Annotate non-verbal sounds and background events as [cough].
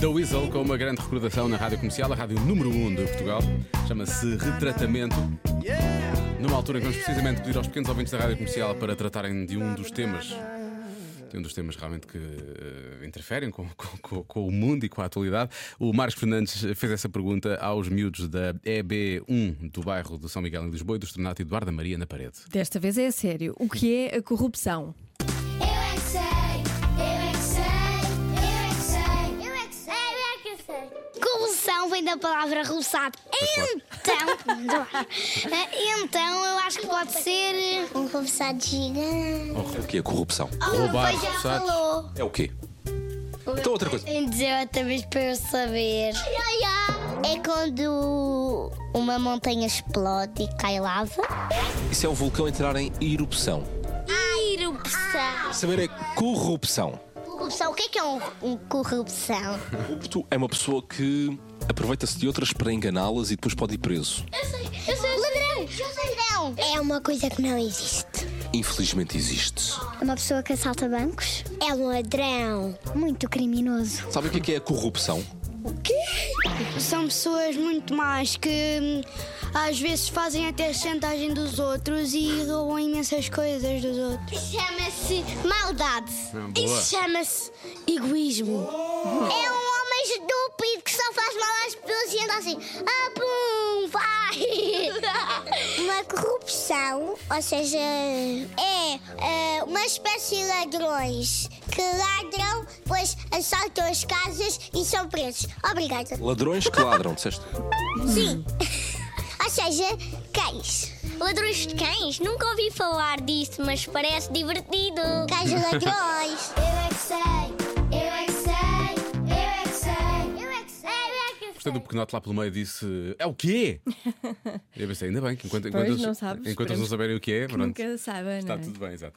The Weasel com uma grande recordação na rádio comercial, a rádio número 1 um de Portugal. Chama-se Retratamento. Numa altura em que vamos precisamente pedir aos pequenos ouvintes da rádio comercial para tratarem de um dos temas. de Um dos temas realmente que eh, interferem com, com- com- com o mundo e com a atualidade. O Marcos Fernandes fez essa pergunta aos miúdos da EB1 do bairro do São Miguel em Lisboa e do Estrenato Eduardo da Maria na parede. Desta vez é a sério. O que é a corrupção? Eu é que sei, eu é que sei, eu é que sei, eu é que sei, eu é que sei. Corrupção vem da palavra ruçado. Então, [laughs] eh, então eu acho que pode ser. Um ruçado gigante. Oh, O que é corrupção? Roubar já roçados. falou. É o quê? Então outra coisa. Tem de dizer outra vez para eu saber. É quando uma montanha explode e cai lava. Isso é o vulcão entrar em erupção. Corrupção. Saber é corrupção. Ah, Corrupção, o que é que é um, um corrupção? Corrupto é uma pessoa que aproveita-se de outras para enganá-las e depois pode ir preso. Eu sei, eu sei. Ladrão, ladrão. É uma coisa que não existe. Infelizmente existe. É uma pessoa que assalta bancos? É um ladrão. Muito criminoso. Sabe o que é, que é a corrupção? São pessoas muito más que hum, às vezes fazem até chantagem dos outros e roubam imensas coisas dos outros. Chama-se maldade. Ah, boa. chama-se egoísmo. É um homem estúpido que só faz mal às pessoas e anda assim. Ah, pum, vai. uma corrupção, ou seja, é eh, uma espécie de ladrões que ladram, depois assaltam as casas e são presos. Obrigada. Ladrões que ladram, disseste? Sim. Ou seja, cães. Ladrões de cães? Nunca ouvi falar disso, mas parece divertido. Cães ladrões. Eu é que sei, eu é que sei, eu é que sei. Eu é que sei, eu é que Gostei do pequenote lá pelo meio disse: É o [laughs] quê? E eu pensei: Ainda bem, que enquanto, enquanto, Pois, eles- não sabes, enquanto eles não esperemos saberem o que é, pronto, Nunca saiba, está não é? tudo bem, exato.